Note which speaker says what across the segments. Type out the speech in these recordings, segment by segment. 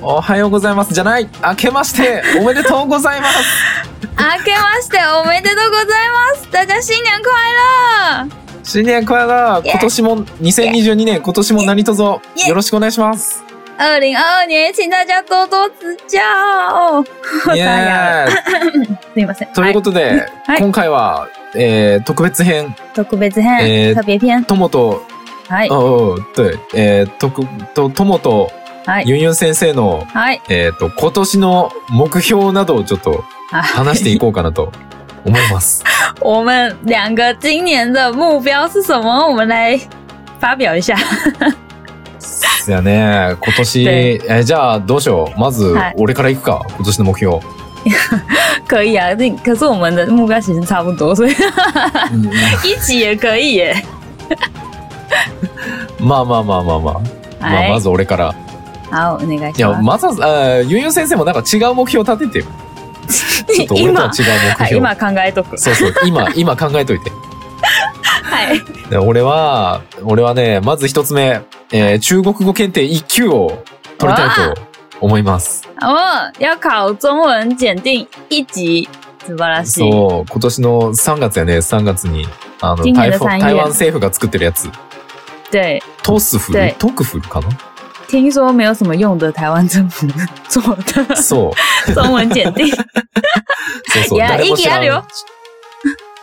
Speaker 1: おはようございますじゃない明けま しておめでとうございます
Speaker 2: 明けましておめでとうございます大家新年快乐
Speaker 1: 新年快乐今年も2022年今年も何卒よろしくお願いします
Speaker 2: 二零二二年请大家多多指教
Speaker 1: イエーイ
Speaker 2: すいません
Speaker 1: ということで、
Speaker 2: はい
Speaker 1: 今回は、えー特別編
Speaker 2: 特別編、
Speaker 1: えー
Speaker 2: 特別編
Speaker 1: 友と
Speaker 2: はい
Speaker 1: おうおう对えー、とくと友と
Speaker 2: はい
Speaker 1: ユンユン先生の、
Speaker 2: はい
Speaker 1: えー、と今年の目標などをちょっと話していこうかな と思います。
Speaker 2: 我们两个今年的目标是什么？我们来发表一下。
Speaker 1: ですよね。今年、え
Speaker 2: で
Speaker 1: ーじゃあどうしよう。まず
Speaker 2: はい、
Speaker 1: 俺から行くか。今年の目 標。
Speaker 2: 可以啊，那可是我们的目标其实差不多，所以
Speaker 1: うん
Speaker 2: 一起也可以 耶。
Speaker 1: まあまあまあまあまあ。まあ、
Speaker 2: 哎
Speaker 1: ま，ず俺から。
Speaker 2: 好，お願い
Speaker 1: い
Speaker 2: し
Speaker 1: や、
Speaker 2: ます。
Speaker 1: まずは、あーユンユン先生もなんか違う目標立ててよ。ちょっと俺とは違う 目、
Speaker 2: 今
Speaker 1: 標。
Speaker 2: はい、今考えと く。
Speaker 1: そうそう、今、今考えといて。
Speaker 2: はい。
Speaker 1: で俺は、俺はね、まず一つ目、えー中国語検定1級を取りたいと思います。
Speaker 2: 哦，要考中文检定一级，素晴らしい。
Speaker 1: そう、今年の3月やね、3月に、あの、
Speaker 2: 今
Speaker 1: 台湾
Speaker 2: 年の三月
Speaker 1: 台湾政府が作ってるやつ、
Speaker 2: 对，
Speaker 1: トスフ
Speaker 2: 对
Speaker 1: ル、トクフルかな
Speaker 2: 听说没有什么用的台湾政府做的
Speaker 1: そう、
Speaker 2: 中文检定，
Speaker 1: そうそう、
Speaker 2: いや
Speaker 1: 誰も知ら
Speaker 2: 意義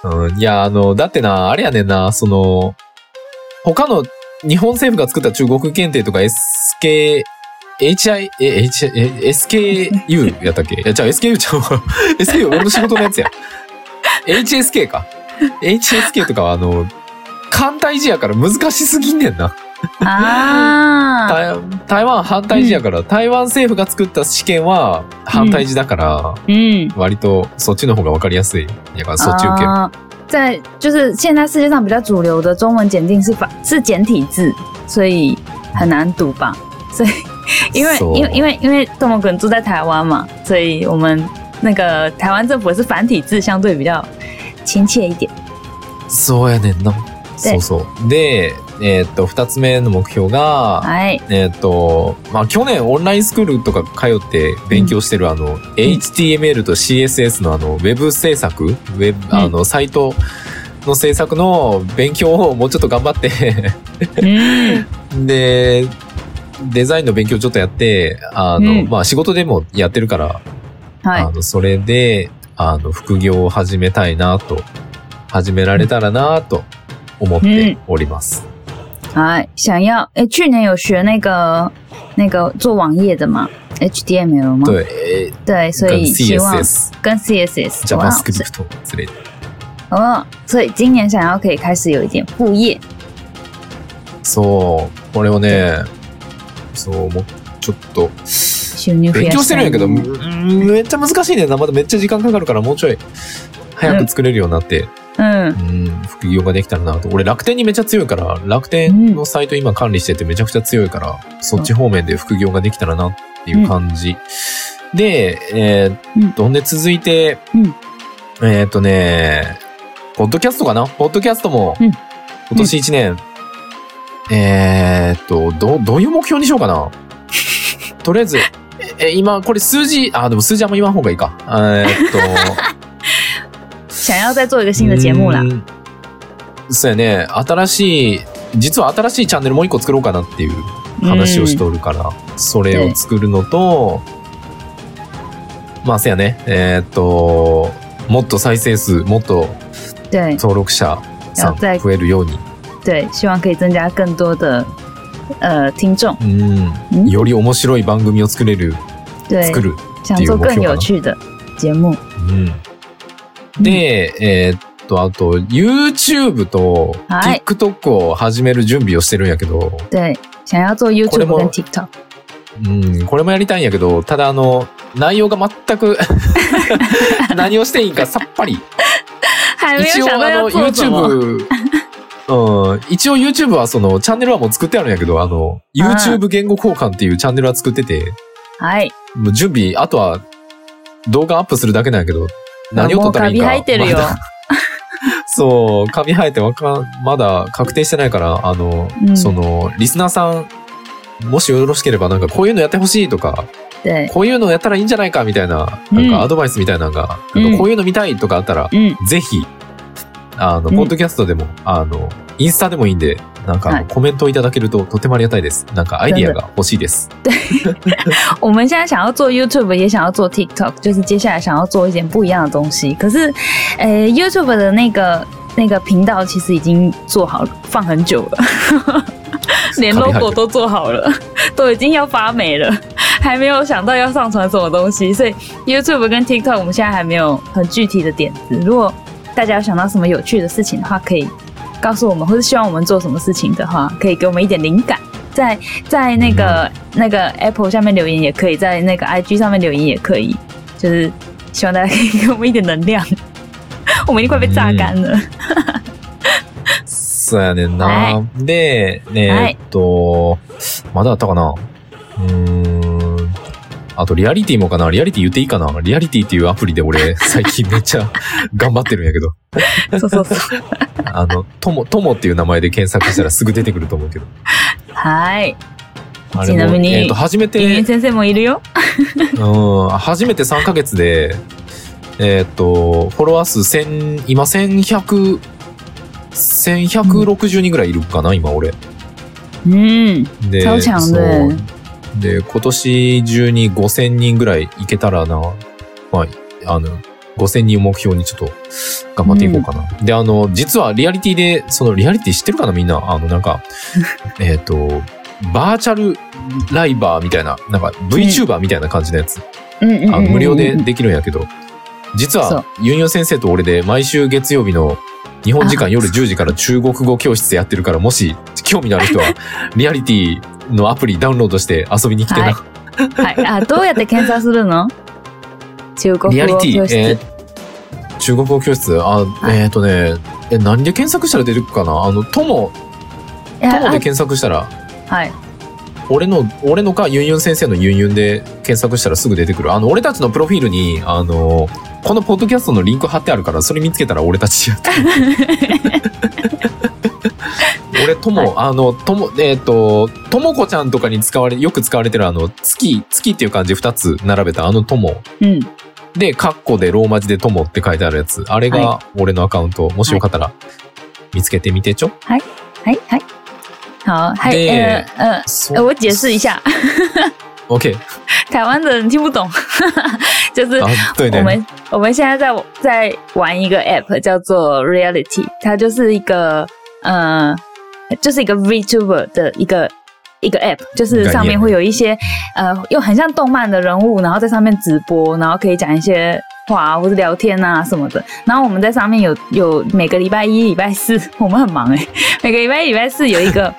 Speaker 2: あ
Speaker 1: ん。うん、いや、あの、だってな、あれやねんな、その、他の日本政府が作った中国検定とか SK、HI、え、H、え、SKU やったっけいや、じゃあ SKU ちゃうわ。SKU 俺の仕事のやつや。HSK か。HSK とかはあの、反対字やから難しすぎんねんな。
Speaker 2: 啊，
Speaker 1: 台台湾反対字やから、台湾政府が作った試験は反対字だから、
Speaker 2: 嗯。
Speaker 1: 割とそっちの方がわかりやすい。やからそっち受ける。
Speaker 2: 啊、在就是现在世界上比较主流的中文检定是法是简体字，所以很难读吧？所以 因为
Speaker 1: So-
Speaker 2: 因为因为因为多摩滚住在台湾嘛，所以我们那个台湾政府是繁体字，相对比较亲切一点。
Speaker 1: そうやねんな。
Speaker 2: で
Speaker 1: そうそう。で、えーっと、二つ目の目標が、
Speaker 2: 哎，
Speaker 1: えーっと、まあ、去年オンラインスクールとか通って勉強してる、あの、HTML と CSS のあの、ウェブ制作、ウェブ、あの、サイトの制作の勉強をもうちょっと頑張って、
Speaker 2: 嗯，
Speaker 1: で、デザインの勉強ちょっとやって、あの、
Speaker 2: うん
Speaker 1: まあ、仕事でもやってるから、
Speaker 2: 哎
Speaker 1: あ，の、それで、あの、副業を始めたいなと、始められたらなと思っております。
Speaker 2: 哎，想要哎、去年有学那个那个做网页的嘛，HTML 吗？
Speaker 1: 对，
Speaker 2: 对，所
Speaker 1: 跟
Speaker 2: 以希望
Speaker 1: CSS、
Speaker 2: 跟 CSS 哇
Speaker 1: JavaScript 之类的。
Speaker 2: 哦，所以今年想要可以开始有一点副业，
Speaker 1: そう、これをね、そう、もうちょっと
Speaker 2: 収入増
Speaker 1: 勉
Speaker 2: や
Speaker 1: 強し
Speaker 2: して
Speaker 1: る
Speaker 2: た
Speaker 1: ん
Speaker 2: い
Speaker 1: やけど、
Speaker 2: ね
Speaker 1: うんめっちゃ難しいねんな。まだめっちゃ時間かかるから、もうちょい早く作れるようになって、
Speaker 2: うん。
Speaker 1: うん、副業ができたらなと。俺楽天にめっちゃ強いから、楽天のサイト今管理しててめちゃくちゃ強いから、そっち方面で副業ができたらなっていう感じ。で、えーっと、ほんで続いて、
Speaker 2: うん
Speaker 1: えーっとね、ポッドキャストかなポッドキャストも、
Speaker 2: うん
Speaker 1: 今年1年、えーっと、ど、どういう目標にしようか なとりあえず、え、え今、これ数字、あ、でも数字あんま言わん方がいいか。えーっと、
Speaker 2: 想要再做一个新的节目啦
Speaker 1: う。ん。そうやね。新しい、実は新しいチャンネルもう一個作ろうかなっていう話をして
Speaker 2: 嗯
Speaker 1: おるから、それを作るのと、まあ、そうやね。えーっと、もっと再生数、もっと
Speaker 2: 对
Speaker 1: 登録者さん
Speaker 2: いや
Speaker 1: 増えるように、
Speaker 2: 对，希望可以增加更多的呃听众，
Speaker 1: う
Speaker 2: うん
Speaker 1: ん、より面白い番組を作れる、
Speaker 2: 对，
Speaker 1: 作る。
Speaker 2: 想做更有趣的节目。
Speaker 1: うん、で、えーっと、あと、YouTube と
Speaker 2: はい
Speaker 1: TikTok を始める準備をしてるんやけど、
Speaker 2: 对，想要做
Speaker 1: これ
Speaker 2: YouTube
Speaker 1: も
Speaker 2: 跟 TikTok。
Speaker 1: うん、これもやりたいんやけど、ただあの、内容が全 く、何をしていいんかさっぱり。
Speaker 2: 还没
Speaker 1: 一
Speaker 2: 有
Speaker 1: 応
Speaker 2: 想到
Speaker 1: あ
Speaker 2: 要
Speaker 1: の、
Speaker 2: 做什么。
Speaker 1: 哦 YouTube、うん、一応 YouTube はその、チャンネルはもう作ってあるんやけど、あの、YouTube 言語交換っていうチャンネルは作ってて、
Speaker 2: 哎，
Speaker 1: もう準備、あとは動画アップするだけなんやけど、何を撮
Speaker 2: も
Speaker 1: っ
Speaker 2: う
Speaker 1: たら
Speaker 2: カ
Speaker 1: いいん
Speaker 2: ビ
Speaker 1: か。
Speaker 2: 生えてるよ
Speaker 1: ま。だ そう、カビ生えてわかん、まだ確定してないから、あの、
Speaker 2: うん
Speaker 1: その、リスナーさん、もしよろしければなんかこういうのやってほしいとか、
Speaker 2: 对，
Speaker 1: こういうのやったらいいんじゃないかみたいな、
Speaker 2: う
Speaker 1: な
Speaker 2: ん
Speaker 1: んかアドバイスみたいなのが、
Speaker 2: うん
Speaker 1: なんかこういうの見たいとかあったら、
Speaker 2: 嗯，
Speaker 1: ぜひ、あの、
Speaker 2: うん
Speaker 1: ポッドキャストでも、あの、インスタでもいいんで、なんかあの、
Speaker 2: はい
Speaker 1: コメントをいただけるととてもありがたいです。なんかアイディアが欲しいです。
Speaker 2: 我们现在想要做 YouTube，也想要做 TikTok，就是接下来想要做一点不一样的东西。可是，呃，YouTube 的那个那个频道其实已经做好了，放很久了，连
Speaker 1: 好厉害
Speaker 2: logo 都做好了，都已经要发霉了，还没有想到要上传什么东西。所以 YouTube 跟 TikTok 我们现在还没有很具体的点子。如果大家有想到什么有趣的事情的话，可以告诉我们，或是希望我们做什么事情的话，可以给我们一点灵感。在在那个、那个 Apple 下面留言也可以，在那个 IG 上面留言也可以，就是希望大家可以给我们一点能量。 我们已经快被榨干了。
Speaker 1: そうやねんな。
Speaker 2: は
Speaker 1: で、ね、
Speaker 2: はい
Speaker 1: えっと、まだあったかなうーん。あと、リアリティもかなリアリティ言っていいかなリアリティっていうアプリで俺、最近めっちゃ 頑張ってるんやけど。
Speaker 2: そうそうそう。
Speaker 1: あの、とも、ともっていう名前で検索したらすぐ出てくると思うけど。
Speaker 2: はい。
Speaker 1: あれ
Speaker 2: ちなみに
Speaker 1: えっと、初め
Speaker 2: ゆ
Speaker 1: て
Speaker 2: う、先生もいるよ。
Speaker 1: うん、初めて3ヶ月で、えーっと、フォロワー数1000、今1100、1160人ぐらいいるかな、今俺。
Speaker 2: 嗯，
Speaker 1: で、
Speaker 2: 超強ね
Speaker 1: そうで、今年中に5000人ぐらいいけたらな、まあ、あの、5000人を目標にちょっと頑張っていこうかな。で、あの、実はリアリティで、そのリアリティ知ってるかなみんな。あの、なん か、えーっと、バーチャルライバーみたいな、なんか VTuber みたいな感じのやつ。
Speaker 2: 嗯嗯
Speaker 1: あ
Speaker 2: 嗯
Speaker 1: の無料で
Speaker 2: 嗯嗯
Speaker 1: できるんやけど、実
Speaker 2: そ
Speaker 1: は
Speaker 2: う、
Speaker 1: ユンユン先生と俺で毎週月曜日の日本時間夜10時から中国語教室やってるから、もし興味のある人 は、リアリティのアプリダウンロードして遊びに来てな。
Speaker 2: ははい。あ、どうやって検査するの？中国
Speaker 1: リアリ
Speaker 2: 語
Speaker 1: ティ
Speaker 2: 教、
Speaker 1: え
Speaker 2: 室。
Speaker 1: ー中国語教室、あ、
Speaker 2: い
Speaker 1: えっ、とね、え、何で検索したら出てくるかなあの、とも、
Speaker 2: え
Speaker 1: と
Speaker 2: 啊
Speaker 1: もで検索したら、
Speaker 2: はい。
Speaker 1: 俺の、俺のか、ユンユン先生のユンユンで検索したらすぐ出てくる。あの、俺たちのプロフィールに、あの、このポッドキャストのリンク貼ってあるから、それ見つけたら俺たちやってる。俺とも、あの、とも、えっ、と、ともこちゃんとかに使われ、よく使われてるあの、月、月っていう漢字2つ並べたあのとも。
Speaker 2: うん。
Speaker 1: で、カッコでローマ字でともって書いてあるやつ。あれが俺のアカウント。もしよかったら、見つけてみてちょ。
Speaker 2: はいはい。好，还
Speaker 1: で
Speaker 2: 呃呃
Speaker 1: そう
Speaker 2: 呃，我解释一下，
Speaker 1: OK。
Speaker 2: 台湾的人听不懂， 就是
Speaker 1: あ、对
Speaker 2: 我
Speaker 1: ね。
Speaker 2: 们我们现在在在玩一个 app 叫做 Reality，它就是一个呃，就是一个 VTuber 的一个一个 app，就是上面会有一些呃，又很像动漫的人物，然后在上面直播，然后可以讲一些话啊或者聊天啊什么的。然后我们在上面有有每个礼拜一、礼拜四，我们很忙哎、 每个礼拜一、礼拜四有一个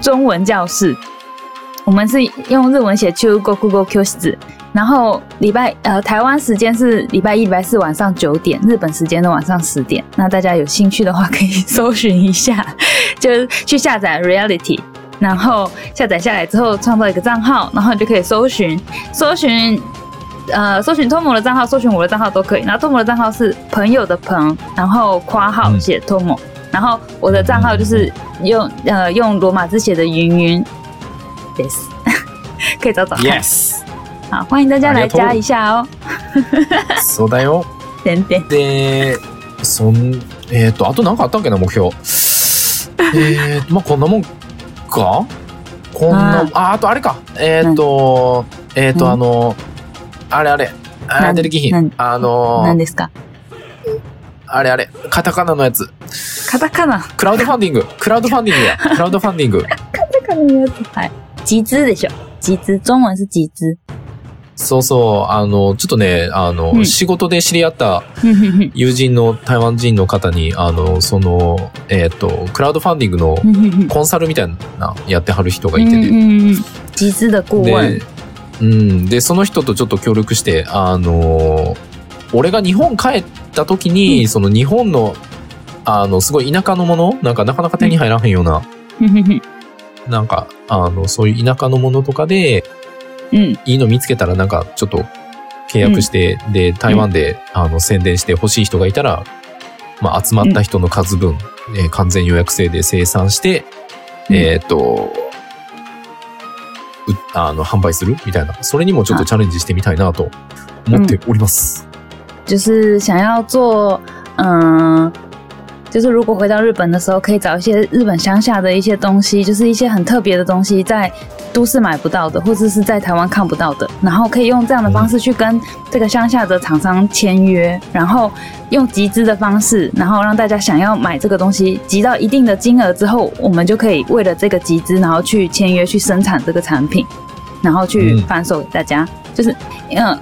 Speaker 2: 中文教室，我们是用日文写 “Q Go Go Go Q 字”，然后礼拜呃台湾时间是礼拜一、礼拜四晚上九点，日本时间的晚上十点。那大家有兴趣的话，可以搜寻一下， 就是去下载 Reality。然后下载下来之后，创造一个账号，然后你就可以搜寻，搜寻，呃，搜寻托姆的账号，搜寻我的账号都可以。然后托姆的账号是朋友的朋，然后括号
Speaker 1: 嗯
Speaker 2: 写托姆，然后我的账号就是用呃用罗马字写的云云，yes，可 以找找看。
Speaker 1: Yes!
Speaker 2: 好，欢迎大家来加一下哦。
Speaker 1: そうだよ。
Speaker 2: 点点，
Speaker 1: で、そん、えっ、と、あと何かあったっけな、目標。えっ、と、まあ、こんなもんかこんな、あ、あとあれか。えっ、と、えっ、と、
Speaker 2: 何
Speaker 1: あの、あれあれ。あ
Speaker 2: 何
Speaker 1: ー出てきひん
Speaker 2: 何。
Speaker 1: あ
Speaker 2: 何
Speaker 1: の、
Speaker 2: ですか？
Speaker 1: あれあれ。カタカナのやつ。
Speaker 2: カタカナ、
Speaker 1: クラウドファンディング。クラウドファンディング や。クラウドファンディング。
Speaker 2: カタカナのやつ。はい。集資でしょ。集資、中文是集資。
Speaker 1: そうそう。あの、ちょっとね、あの、
Speaker 2: うん
Speaker 1: 仕事で知り合った
Speaker 2: 哼哼哼
Speaker 1: 友人の台湾人の方に、あの、その、えっ、と、クラウドファンディングの
Speaker 2: 哼哼哼
Speaker 1: コンサルみたいな、やってはる人がいてて。
Speaker 2: 嗯嗯嗯，集资的顾问
Speaker 1: で。、うん、でその人とちょっと協力してあのー俺が日本帰った時に、その日本のあのすごい田舎のものなんかなかなか手に入らへんような、
Speaker 2: 哼哼哼
Speaker 1: なんかあのそういう田舎のものとかで
Speaker 2: 嗯
Speaker 1: いいの見つけたらなんかちょっと契約して、で台湾で、あの宣伝して欲しい人がいたら、まあ、集まった人の数分、えー完全予約制で生産して、
Speaker 2: うん
Speaker 1: えーっとうあの販売するみたいな、それにもちょっとチャレンジしてみたいなと思っております。
Speaker 2: 就是想要做，嗯、就是如果回到日本的时候，可以找一些日本乡下的一些东西，就是一些很特别的东西，在都市买不到的，或者是在台湾看不到的，然后可以用这样的方式去跟这个乡下的厂商签约，然后用集资的方式，然后让大家想要买这个东西，集到一定的金额之后，我们就可以为了这个集资，然后去签约去生产这个产品，然后去
Speaker 1: 嗯
Speaker 2: 贩售给大家，就是嗯、呃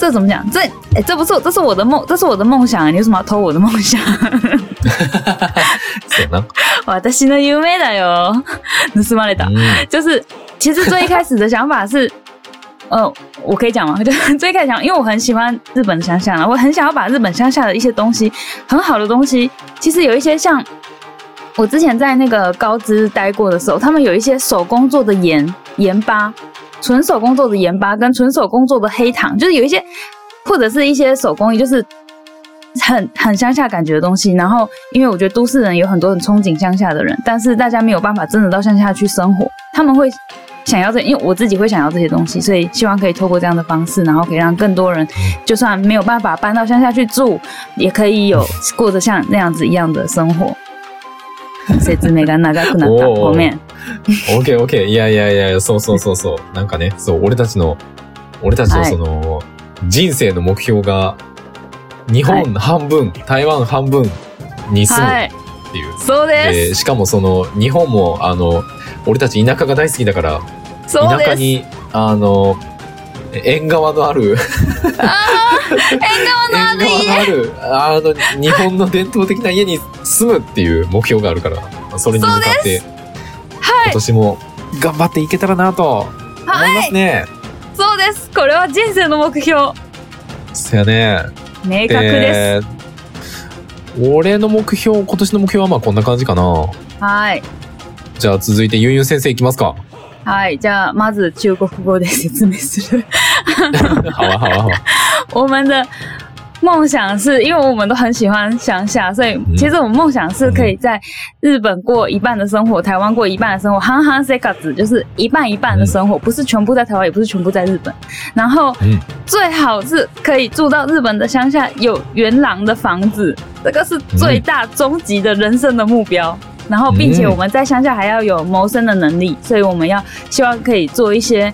Speaker 2: 这怎么讲？这哎，这不是我，这是我的梦，这是我的梦想啊！你为什么要偷我的梦想？
Speaker 1: そう やな。
Speaker 2: 私の夢だよ。 盗まれた。
Speaker 1: うん
Speaker 2: 就是其实最一开始的想法是， 呃，我可以讲吗？就 最一开始想，因为我很喜欢日本乡下，我很想要把日本乡下的一些东西，很好的东西，其实有一些像我之前在那个高知待过的时候，他们有一些手工做的盐盐巴，纯手工做的盐巴跟纯手工做的黑糖，就是有一些或者是一些手工艺，就是。很很乡下感觉的东西，然后因为我觉得都市人有很多很憧憬乡下的人，但是大家没有办法真的到乡下去生活，他们会想要这，因为我自己会想要这些东西，所以希望可以透过这样的方式，然后可以让更多人，就算没有办法搬到乡下去住，也可以有过着像那样子一样的生活。説明が長くなった。
Speaker 1: おー
Speaker 2: ごめん。
Speaker 1: オッケーオッケー。いやいやいや、そうそうそうそう。なんかね、そう、俺たちの、俺たちの
Speaker 2: はい
Speaker 1: その、人生の目標が、日本半分、台湾半分に住む
Speaker 2: はい、
Speaker 1: っていう。
Speaker 2: そう
Speaker 1: で
Speaker 2: で
Speaker 1: しかもその、日本も、あの、俺たち田舎が大好きだから、
Speaker 2: す。そう
Speaker 1: 田舎
Speaker 2: です。
Speaker 1: に、あの、縁側のある、縁側のあるあの、日本の伝統的な家に住むっていう目標があるから、それに向かって、今年も頑張っていけたらなと思いますね。
Speaker 2: そうです。これは人生の目標。
Speaker 1: そやね。
Speaker 2: 明確で
Speaker 1: 俺の目標、今年の目標はまあこんな感じかな。
Speaker 2: す。はい。
Speaker 1: じゃあ続いてゆんゆん先生いきます か。
Speaker 2: はい。じゃあ、まず中国語で説明する。
Speaker 1: はわはわはわ。
Speaker 2: 我们的梦想是，因为我们都很喜欢乡下，所
Speaker 1: 嗯
Speaker 2: 以其实我们梦想是可以在日本过一半的生活，台湾过一半的生活，憨憨 s e k a 就是一半一半的生活，不是全部在台湾，也不是全部在日本。然后
Speaker 1: 嗯
Speaker 2: 最好是可以住到日本的乡下有元朗的房子，这个是最大终极的人生的目标。然后，并且
Speaker 1: 嗯
Speaker 2: 我们在乡下还要有谋生的能力，所以我们要希望可以做一些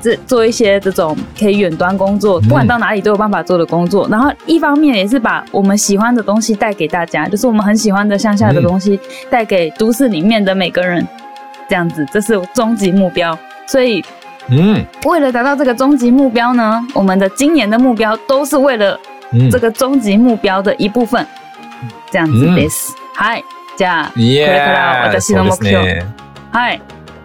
Speaker 2: 这做一些这种可以远端工
Speaker 1: 嗯
Speaker 2: 作，不管到哪里都有办法做的工作。然后一方面也是把我们喜欢的东西带给大家，就是我们很喜欢的乡下的东西带给都市里面的每个人，这样子，这是我终极目标。所以
Speaker 1: うん。
Speaker 2: 为了达到这个终极目标呢，我们的今年的目标都是为了
Speaker 1: うん
Speaker 2: 这。个终极目标的一部分，这样子
Speaker 1: 嗯
Speaker 2: です。嗨，じゃあ
Speaker 1: イエーイ
Speaker 2: これから私の目標
Speaker 1: そうですね。
Speaker 2: 嗨，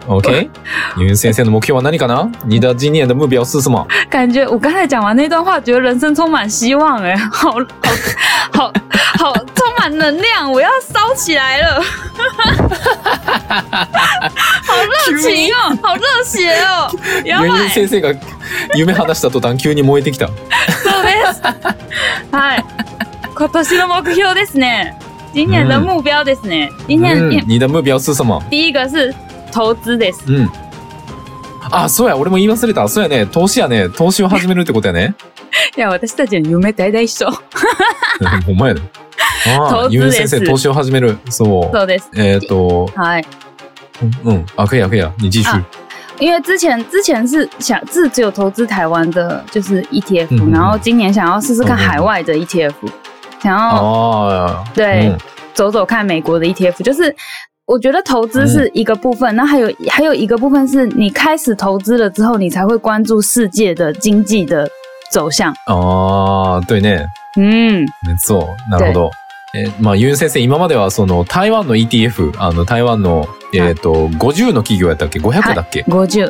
Speaker 1: OK? ユン先生の目標は何かな你的今年的目标是什么
Speaker 2: 感觉我刚才讲完那段话，觉得人生充满希望、哎， 好好好好充满能量，我要烧起来了， 好热情 哦，好热血哦，
Speaker 1: ユ
Speaker 2: や
Speaker 1: ン
Speaker 2: ば
Speaker 1: ユン
Speaker 2: い。
Speaker 1: 先生が夢話した途端急に燃えてきた。
Speaker 2: そうです。 はい。今年の目標ですね。今年的目标ですね。今
Speaker 1: うん
Speaker 2: 年
Speaker 1: 你的目標是什么
Speaker 2: 第一个是投資です。
Speaker 1: うん。あ、そうや、俺も言い忘れた。そうやね、投資やね、投資を始めるってことやね。
Speaker 2: いや、私たちの夢大体一緒。
Speaker 1: うんほん まやね。あ
Speaker 2: 投
Speaker 1: あ、
Speaker 2: 資
Speaker 1: ユン
Speaker 2: で
Speaker 1: 先
Speaker 2: す
Speaker 1: 生、投資を始める。そ
Speaker 2: そうです。
Speaker 1: う。えっと、
Speaker 2: はい。
Speaker 1: うんうん。あ、可以や、可以や。你继续。
Speaker 2: あ因为之前之前是想是只有投资台湾的，就是 ETF，、
Speaker 1: 嗯
Speaker 2: 然后今年想要试试看
Speaker 1: 嗯
Speaker 2: 海外的 ETF，、想要
Speaker 1: 哦ああ。
Speaker 2: 对
Speaker 1: うん
Speaker 2: 走走看美国的 ETF，就是我觉得投资
Speaker 1: 嗯
Speaker 2: 是一个部分，那还有还有一个部分是你开始投资了之后，你才会关注世界的经济的走向。
Speaker 1: ああ、对ね。
Speaker 2: 嗯，
Speaker 1: ねそう、なるほど。えーまあ、ユン先生、今までは、その、台湾の ETF、あの、台湾の、えっ、と、50の企業やったっけ ?500 だっけ、
Speaker 2: 我就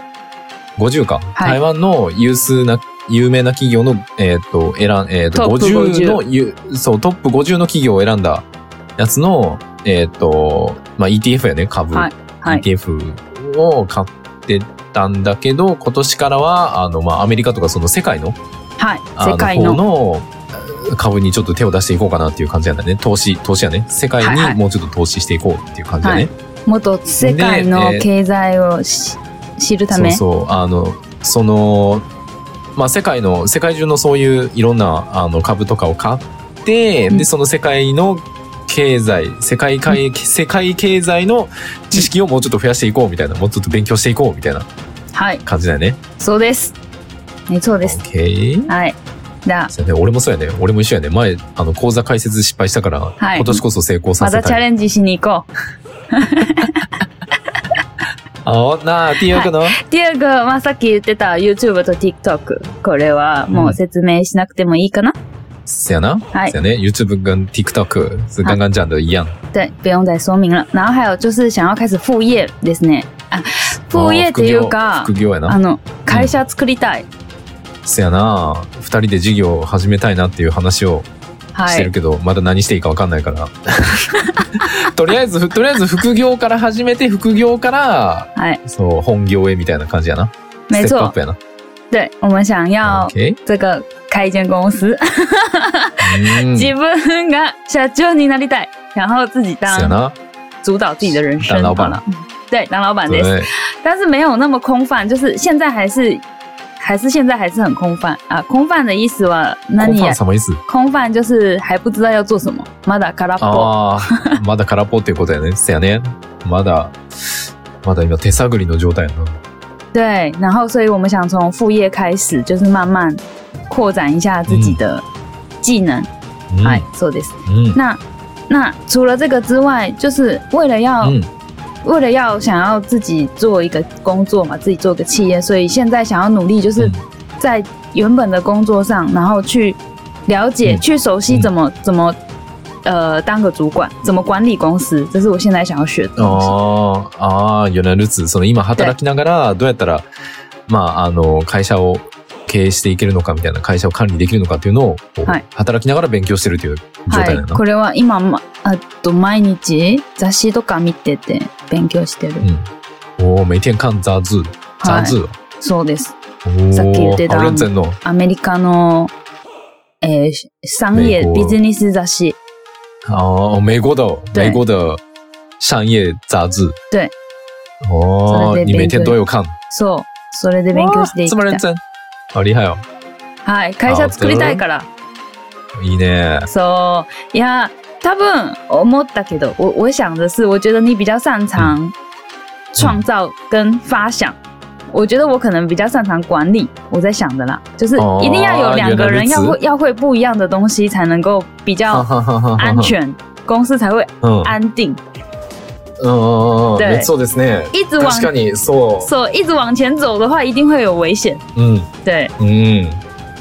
Speaker 1: ?50 か、
Speaker 2: い
Speaker 1: 台湾の有数な、有名な企業の、えっ、と、選ん、えっ、と、
Speaker 2: トップ50
Speaker 1: 50のゆ、そう、トップ50の企業を選んだやつの、えっ、と、まあ、ETF やね、株。
Speaker 2: はいはい
Speaker 1: 嗯 ETF を買ってたんだけど、今年からは、あの、まあ、アメリカとか、その、世界の、
Speaker 2: 嗨，
Speaker 1: あ
Speaker 2: 世
Speaker 1: の
Speaker 2: 界
Speaker 1: 方
Speaker 2: の
Speaker 1: の株にちょっと手を出していこうかなっていう感じなんだね。投資、投資やね。世界
Speaker 2: はいはい
Speaker 1: にもうちょっと投資していこうっていう感じだね。
Speaker 2: もっと世界の経済をし知るた
Speaker 1: そう
Speaker 2: め。
Speaker 1: そうあのそのまあ世界の世界中のそういういろんなあの株とかを買って、
Speaker 2: うん
Speaker 1: でその世界の経済世界会、世界経済の知識をもうちょっと増やしていこうみたいなもうちょっと勉強していこうみたいな
Speaker 2: はい、
Speaker 1: 感じだよね。
Speaker 2: そうです。ね、そうです。
Speaker 1: OK
Speaker 2: はい。だ、
Speaker 1: そうやね俺もそうやね俺も一緒やね前あの講座解説失敗したから、
Speaker 2: はい
Speaker 1: 今年こそ成功さ
Speaker 2: ま
Speaker 1: せ
Speaker 2: たチャ
Speaker 1: たい。
Speaker 2: レンジしに行こう。
Speaker 1: あなあ T 役の、
Speaker 2: 第二个、まあ、さっき言ってた YouTube と TikTok。これはもう説明しなくてもいいかな、
Speaker 1: せやな、
Speaker 2: はい
Speaker 1: せやね YouTube 跟 TikTok 是刚刚讲的一样。
Speaker 2: 对，不用再说明了。然后还有就是想要开始副业ですね。あ、副業ってい
Speaker 1: あ
Speaker 2: う
Speaker 1: ー
Speaker 2: か
Speaker 1: 副、業副業やな
Speaker 2: あの、会社作りたい。
Speaker 1: せやな二人で事業を始めたいなっていう話をし
Speaker 2: は
Speaker 1: てる
Speaker 2: い。
Speaker 1: けど、まだ何していいか分かんないから とりあえずとりあえず副業から始めて副業から
Speaker 2: はい。
Speaker 1: そう本業へみたいな感じやな
Speaker 2: 没
Speaker 1: ステップアッ
Speaker 2: 错
Speaker 1: プ。やな
Speaker 2: 对、我们想要
Speaker 1: OK
Speaker 2: 这个开一间公司。
Speaker 1: うん
Speaker 2: 自分が社長になりたい。然后自己
Speaker 1: せや
Speaker 2: 当
Speaker 1: な
Speaker 2: 主导自己的人生。
Speaker 1: 当老板
Speaker 2: 好了。嗯对，当老板です。
Speaker 1: 对
Speaker 2: 但是没有那么空泛，就是现在还是还是现在还是很空泛啊。空泛的意思は那
Speaker 1: コン
Speaker 2: 你
Speaker 1: ファン様いつ
Speaker 2: 空泛就是还不知道要做什么，まだ空っ
Speaker 1: ああ
Speaker 2: ぽ。
Speaker 1: まだ空っぽっていうことやねせやねまだまだ今手探りの状態やな
Speaker 2: 对，然后所以我们想从副业开始，就是慢慢扩展一下自己的技能。
Speaker 1: うん
Speaker 2: 哎、そうです。
Speaker 1: うん
Speaker 2: 那那除了这个之外，就是为了要、
Speaker 1: うん
Speaker 2: 为了要想要自己做一个工作嘛，自己做个企业，所以现在想要努力，就是
Speaker 1: 嗯
Speaker 2: 在原本的工作上，然后去了解、
Speaker 1: 嗯
Speaker 2: 去熟悉
Speaker 1: 嗯
Speaker 2: 怎么、怎么呃当个主管，怎么管理公司，这是我现在想要学的东西。
Speaker 1: あーあー、原来如此。その今働きながら、どうやったら、まあ、あの、会社を経営していけるのかみたいな、会社を管理できるのかっていうのを、こう
Speaker 2: はい
Speaker 1: 働きながら勉強してるという状
Speaker 2: は
Speaker 1: 態だ
Speaker 2: い
Speaker 1: よ、な。
Speaker 2: これは今まあと毎日雑誌とか見てて勉強してる。
Speaker 1: うん。おお、每天看杂志。杂
Speaker 2: はい、
Speaker 1: 志。
Speaker 2: そうです。
Speaker 1: お
Speaker 2: さっき言って
Speaker 1: お、
Speaker 2: た
Speaker 1: 好认真の。
Speaker 2: アメリカのえー、商
Speaker 1: 美
Speaker 2: 业
Speaker 1: 国
Speaker 2: ビジネス雑誌。
Speaker 1: ああ、美国的、
Speaker 2: 对
Speaker 1: 美国的商业杂志。
Speaker 2: 对。
Speaker 1: お
Speaker 2: そ
Speaker 1: お、
Speaker 2: れで勉強
Speaker 1: 你每天都有看。
Speaker 2: そう。それで勉強していき
Speaker 1: 这么
Speaker 2: たい
Speaker 1: 认。真。あ、厉害よ。
Speaker 2: はい、会社作りたいから。
Speaker 1: いいね。
Speaker 2: そう。いや、多分思ったけど、我我想的是，我觉得你比较擅
Speaker 1: 嗯
Speaker 2: 长创造跟发想。我觉得我可能比较擅长管理，我在想的啦，就是
Speaker 1: 哦
Speaker 2: 一定要有两个人
Speaker 1: 原来
Speaker 2: 要
Speaker 1: 如此
Speaker 2: 会要会不一样的东西，才能够比较安全，公司才会
Speaker 1: うん。
Speaker 2: 安定。
Speaker 1: うんうんうん
Speaker 2: 对
Speaker 1: うん。そうですね。
Speaker 2: 一直往
Speaker 1: 確かに、そう。
Speaker 2: 走，一直往前走的话，一定会有危险。
Speaker 1: うん、
Speaker 2: 对，
Speaker 1: うん、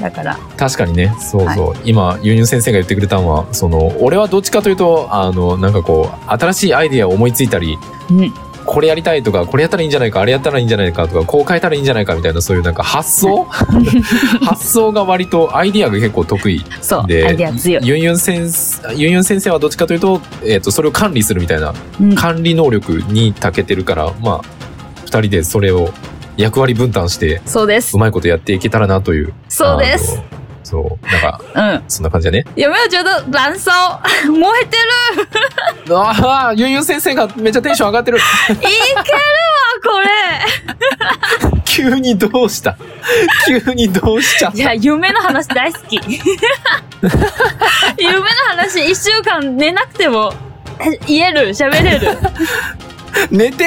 Speaker 2: だから
Speaker 1: 確かにねそうそう、今ゆうゆう先生が言ってくれたのはその俺はどっちかというとあのなんかこう新しいアイディアを思いついたり
Speaker 2: 嗯，
Speaker 1: これやりたいとかこれやったらいいんじゃないかあれやったらいいんじゃないかとかこう変えたらいいんじゃないかみたいなそういうなんか発 想発想が割とアイディアが結構得意
Speaker 2: そう、
Speaker 1: で
Speaker 2: アイデア強い。
Speaker 1: ゆんゆん先生ゆんゆん先生はどっちかというと,、えっとそれを管理するみたいな
Speaker 2: うん
Speaker 1: 管理能力に長けてるからまあ2人でそれを役割分担して
Speaker 2: そうです
Speaker 1: う。まいことやっていけたらなという
Speaker 2: そうです。
Speaker 1: あの。そう、なんか、
Speaker 2: 嗯，
Speaker 1: そんな感じだね。
Speaker 2: 有没有觉得燃烧 燃えてる？
Speaker 1: ああ、ゆうゆう先生がめっちゃテンション上がってる。
Speaker 2: いけるわこれ。
Speaker 1: 急にどうした急にどうしちゃっ
Speaker 2: いや、
Speaker 1: た
Speaker 2: 夢の話大好 き。夢の話、一週間寝なくても、言える、喋 れる。
Speaker 1: 寝て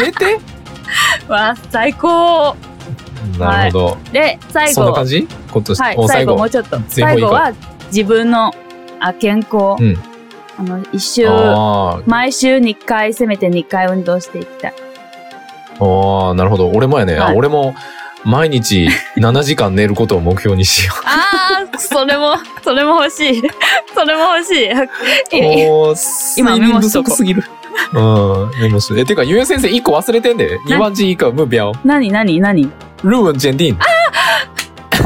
Speaker 1: 寝て
Speaker 2: わあ、最高。
Speaker 1: なるほど。
Speaker 2: で、最
Speaker 1: そんな
Speaker 2: 後、
Speaker 1: 感じ今年、
Speaker 2: はい
Speaker 1: お、
Speaker 2: 最
Speaker 1: 最
Speaker 2: 後、
Speaker 1: 後。
Speaker 2: もうちょっと。
Speaker 1: 最後
Speaker 2: 最後は、自分のあ健康。
Speaker 1: うん
Speaker 2: あの、一週、
Speaker 1: あ
Speaker 2: 毎週2回、せめて2回運動していきたい。
Speaker 1: ーあー、なるほど。俺もやね。あ
Speaker 2: はい
Speaker 1: 俺も、毎日7時間寝ることを目標にしよ
Speaker 2: あー、それも、それも欲しい。それも 欲し
Speaker 1: う。
Speaker 2: い。
Speaker 1: もう、睡
Speaker 2: 今メ
Speaker 1: 眠
Speaker 2: モ
Speaker 1: 不
Speaker 2: しとこ
Speaker 1: 足
Speaker 2: う
Speaker 1: すぎる。うん、メモして。え、てか、ゆうゆう先生1個忘れてんで。日本人以下目標。
Speaker 2: なになになに
Speaker 1: 日文鉴 定。
Speaker 2: 忘れちゃ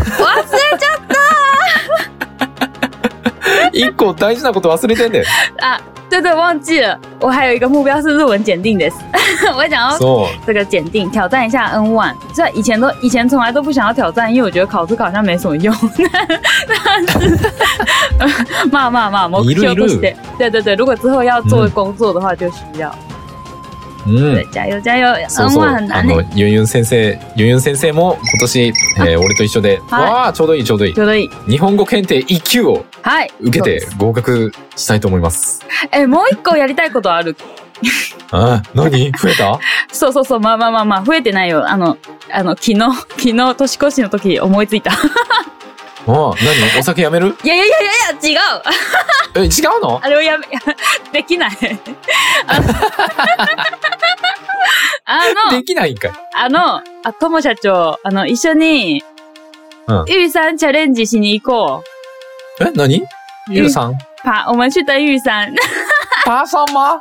Speaker 1: 一個大事なこと忘れてんだよ。
Speaker 2: 啊，对对，忘记了，我还有一个目标是日文检定的， 我想要
Speaker 1: そ
Speaker 2: 这个检定挑战一下 N one，虽然以前都以前从来都不想要挑战，因为我觉得考试好像没什么用， 但是 まあまあまあ目標として，对对对，如果之后要做工作的话就需要，
Speaker 1: う。うん
Speaker 2: 对，。加油加油！
Speaker 1: そう
Speaker 2: 嗯
Speaker 1: そう。
Speaker 2: 哇，很
Speaker 1: あ
Speaker 2: 难呢
Speaker 1: の。、ユンユン先生、ユンユン先生も今年、えー俺と一緒で、
Speaker 2: はい
Speaker 1: わあ、ちょうどいいちょうどいい。
Speaker 2: 觉得いい
Speaker 1: 日本語検定1級を
Speaker 2: はい。
Speaker 1: 受け
Speaker 2: そうで
Speaker 1: て
Speaker 2: す
Speaker 1: 合格したいと思います。
Speaker 2: え、もう一個やりたいことある。
Speaker 1: あー、何増えた
Speaker 2: そうそうそう、まあまあまあまあ、増えてないよ。あの、あの、昨日、昨日、年越しの時思いついた。
Speaker 1: あー、何お酒やめる
Speaker 2: いやいやいやいやいや、違う
Speaker 1: え、違うの
Speaker 2: あれをやめ、 できない。あの
Speaker 1: で、きないんかい。
Speaker 2: あの、あ、とも社長、あの、一緒に、
Speaker 1: うん
Speaker 2: 玉山チャレンジしに行こう。
Speaker 1: え、何ゆうさん
Speaker 2: 爬，我们去登玉 山，
Speaker 1: 爬山吗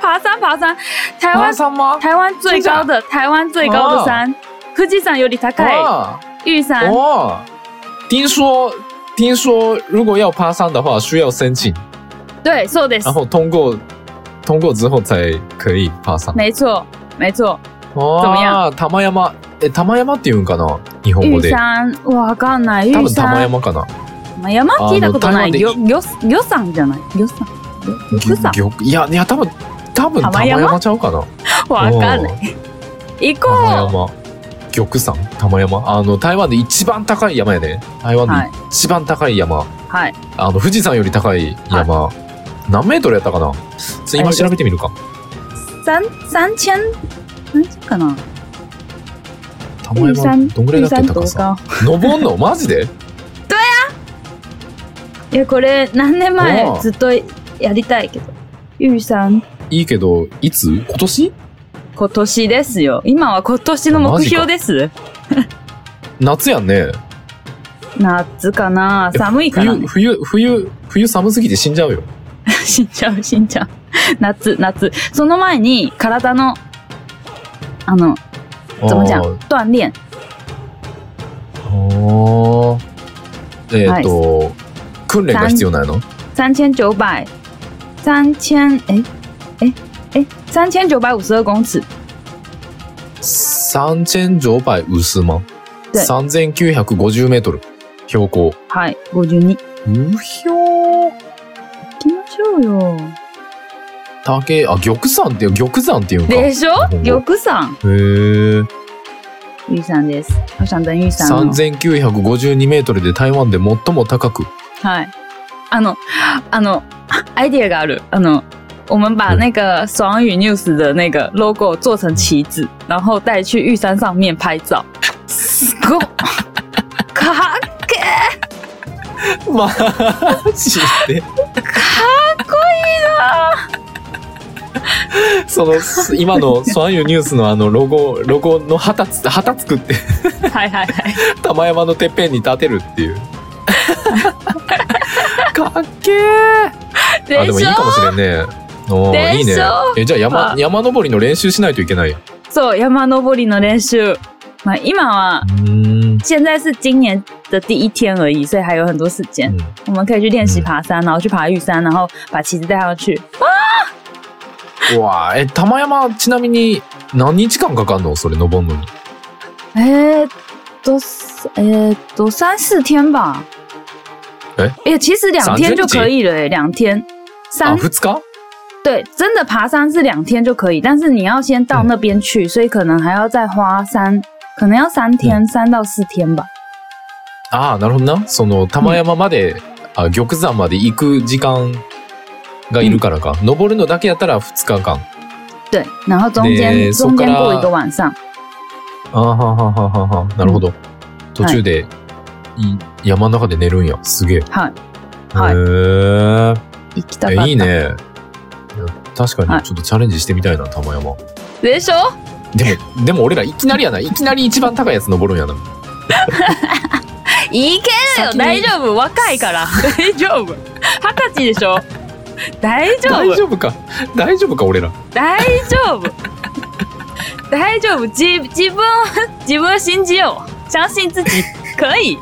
Speaker 2: 爬山爬山，台
Speaker 1: 爬
Speaker 2: 湾
Speaker 1: 山吗
Speaker 2: 台湾最高的台湾最高的山，富士山有点高い
Speaker 1: 啊
Speaker 2: 玉山。
Speaker 1: 哦，听说听说如果要爬山的话，需要申请，
Speaker 2: 对，そうです
Speaker 1: 然。后通过通过之后才可以爬山。
Speaker 2: 没错，没错。
Speaker 1: 哦，
Speaker 2: 怎么样
Speaker 1: 玉山え玉山って言うんかな日本語
Speaker 2: 玉
Speaker 1: で。
Speaker 2: 山，わかんない。
Speaker 1: 多
Speaker 2: 玉
Speaker 1: 分玉
Speaker 2: 山、
Speaker 1: 山かな。
Speaker 2: ま山聞いたことな
Speaker 1: あの
Speaker 2: い。
Speaker 1: 台
Speaker 2: よ
Speaker 1: 湾
Speaker 2: よよさんじゃない。よさん。よさん。
Speaker 1: 玉いやいや多分多分
Speaker 2: 玉
Speaker 1: 玉
Speaker 2: 山
Speaker 1: 山ちゃうかな。
Speaker 2: わかん
Speaker 1: う
Speaker 2: ない。行こ
Speaker 1: 玉山。玉山玉山あの台湾で一番高い山やね。台湾で一番高い山。
Speaker 2: う。はい。
Speaker 1: あの、富士山より高い山、何メートルやったかなちょ今調べてみるか。
Speaker 2: 三三千。三千かな。
Speaker 1: 玉
Speaker 2: 玉山
Speaker 1: 山、どんぐらいだっけ
Speaker 2: 多
Speaker 1: 高さ。登んの マジで
Speaker 2: いや、これ何年前
Speaker 1: うん
Speaker 2: ずっとやりたいけど。ゆうさん、
Speaker 1: いいけど、いつ今年
Speaker 2: 今年ですよ。今は今年の目標です。
Speaker 1: 夏やんね。
Speaker 2: 夏かな
Speaker 1: え
Speaker 2: 寒いかな
Speaker 1: 冬、冬、冬、冬寒すぎて死んじゃうよ。
Speaker 2: 死んじゃう、死んじゃう。夏、夏。その前に体の、あの、怎么讲
Speaker 1: あー？
Speaker 2: 锻炼。
Speaker 1: あーえっと、訓練が必要ないの
Speaker 2: 三千九百，三千，哎，哎，哎，三千九百五十二公尺。
Speaker 1: 三千0倍薄間。
Speaker 2: 对
Speaker 1: 3950メートル。標高。
Speaker 2: はい、五十二。行
Speaker 1: うひょー。
Speaker 2: きましょうよ。
Speaker 1: 竹、あ、玉山って、玉山っていうんか。
Speaker 2: でしょ
Speaker 1: 日本？語
Speaker 2: 玉山、
Speaker 1: へえ。
Speaker 2: 玉山です。我想登玉山の。
Speaker 1: 3952メートルで台湾で最も高く。
Speaker 2: はい。あの、あの、アイディアがある。あの、我们把那个爽语 news 的那个 logo 做成旗子，然后带去玉山上面拍照。すご っか っ
Speaker 1: マジで。その、す今のソアンユニュースのあのロゴ、ロゴの旗つ、旗作って、
Speaker 2: けーはいはいはい。
Speaker 1: 玉山のてっぺんに立てるっていう。かっけえあ、で
Speaker 2: で
Speaker 1: もい
Speaker 2: し
Speaker 1: い
Speaker 2: ょ
Speaker 1: かもしれんね。おー
Speaker 2: でしょ
Speaker 1: いいね。え、じゃあ山
Speaker 2: あ、
Speaker 1: 山登りの練習しないといけないよ。
Speaker 2: そう、山登りの練習。まあ、今は
Speaker 1: う、ーん。
Speaker 2: 现在是今年的第一天而已，所以还有很多时间。
Speaker 1: うん
Speaker 2: 我们可以去练习爬山，然后去爬玉山，然后把旗子带上去。
Speaker 1: うわあえ、玉山、ちなみに、何日間かかんのそれ登るのに。
Speaker 2: 哎，都是哎都三四天吧。
Speaker 1: 哎
Speaker 2: 哎，其实两天就可以了，哎，两天。
Speaker 1: あ、
Speaker 2: 三
Speaker 1: 二日
Speaker 2: 对，真的爬山是两天就可以，但是你要先到那边去，所以可能还要再花三，可能要三天，三到四天吧。
Speaker 1: ああ、なるほどな。その、玉山まで、あ、玉山まで行く時間がいるからか。登るのだけやったら2日間。
Speaker 2: 对，然后中间
Speaker 1: ねそ
Speaker 2: 中间
Speaker 1: っから
Speaker 2: 过一个晚上。
Speaker 1: ああはははははなるほど。途中で、い山の中で寝るんや。すげえ。
Speaker 2: はい。はい
Speaker 1: は
Speaker 2: 行きたか
Speaker 1: へえ。
Speaker 2: った。
Speaker 1: え、いいね。いや確か
Speaker 2: はい
Speaker 1: に、ちょっとチャレンジしてみたいな、玉山。
Speaker 2: でしょ？
Speaker 1: で も、でも俺らいきなりやな。いきなり一番高いやつ登るんやな。
Speaker 2: いけるよ。
Speaker 1: 先に
Speaker 2: 大丈夫。若い から。大丈夫。二十歳でしょ。大丈
Speaker 1: 大
Speaker 2: 夫。
Speaker 1: 丈夫か。大丈夫か、俺ら。
Speaker 2: 大丈夫。大丈夫。自自分を自分を信じよう。相信自己。可以。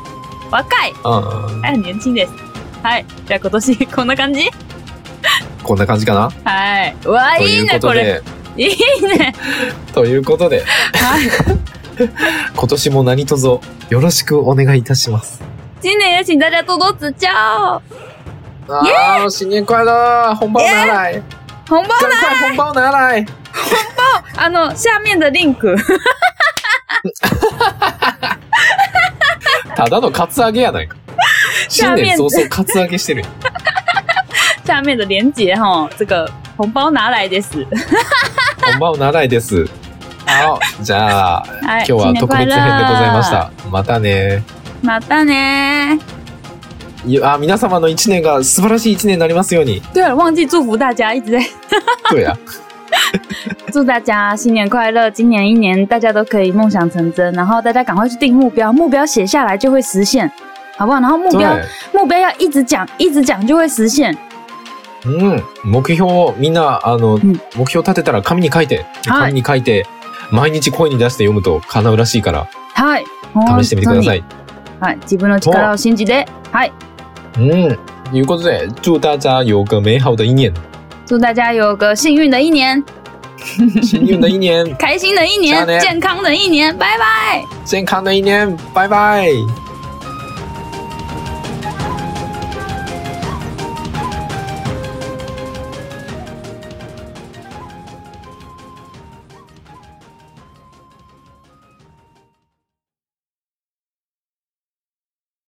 Speaker 2: 若い。
Speaker 1: ああ。
Speaker 2: はい、年轻です。はい。じゃあ今年 こんな感じ。
Speaker 1: こんな感じかな。
Speaker 2: はい。うわ
Speaker 1: と
Speaker 2: い
Speaker 1: い
Speaker 2: いうね
Speaker 1: こ
Speaker 2: ことれ。
Speaker 1: で、
Speaker 2: いいね。
Speaker 1: ということで、
Speaker 2: はい。
Speaker 1: 今年も何卒よろしくお願いいたします。
Speaker 2: 新年也请大家多多指教。
Speaker 1: あー新年快乐！红包拿来，
Speaker 2: 红包
Speaker 1: 赶快红包拿来！
Speaker 2: 包あの下面的 link
Speaker 1: ただのカツアゲや ないか。新
Speaker 2: 下
Speaker 1: 年
Speaker 2: 面
Speaker 1: 早々カツアゲしてるやん。
Speaker 2: 下面的连接哈，这个红包拿来です。
Speaker 1: こんばんは、ならいです。好，じゃあ、今
Speaker 2: 哎，
Speaker 1: 日は
Speaker 2: 新年
Speaker 1: 特別
Speaker 2: 快
Speaker 1: 編で
Speaker 2: 乐！
Speaker 1: ございまし。た。またね。
Speaker 2: またね。
Speaker 1: いやあ皆様の一年が素晴らしい一年になりますように。
Speaker 2: 对了，忘记祝福大家，一直在
Speaker 1: 对呀、
Speaker 2: 祝大家新年快乐！今年一年大家都可以梦想成真，然后大家赶快去定目标，目标写下来就会实现，好不好？然后目
Speaker 1: 对，
Speaker 2: 标目标要一直讲，一直讲就会实现。
Speaker 1: うん、目標をみんなあの、
Speaker 2: ん
Speaker 1: 目標立てたら紙に書いて、
Speaker 2: はい
Speaker 1: 紙に書いて、毎日声に出して読むと叶うらしいから
Speaker 2: はい。
Speaker 1: 試してみてください。
Speaker 2: はい、自分の力を信じて。はい。
Speaker 1: うん、ということで、祝大家有个美好的一年，
Speaker 2: 祝大家有个幸运的一年，
Speaker 1: 幸运的一 年，
Speaker 2: 开心的一
Speaker 1: 加油
Speaker 2: 年，健康的一年，拜拜。
Speaker 1: 健康的一年，拜拜。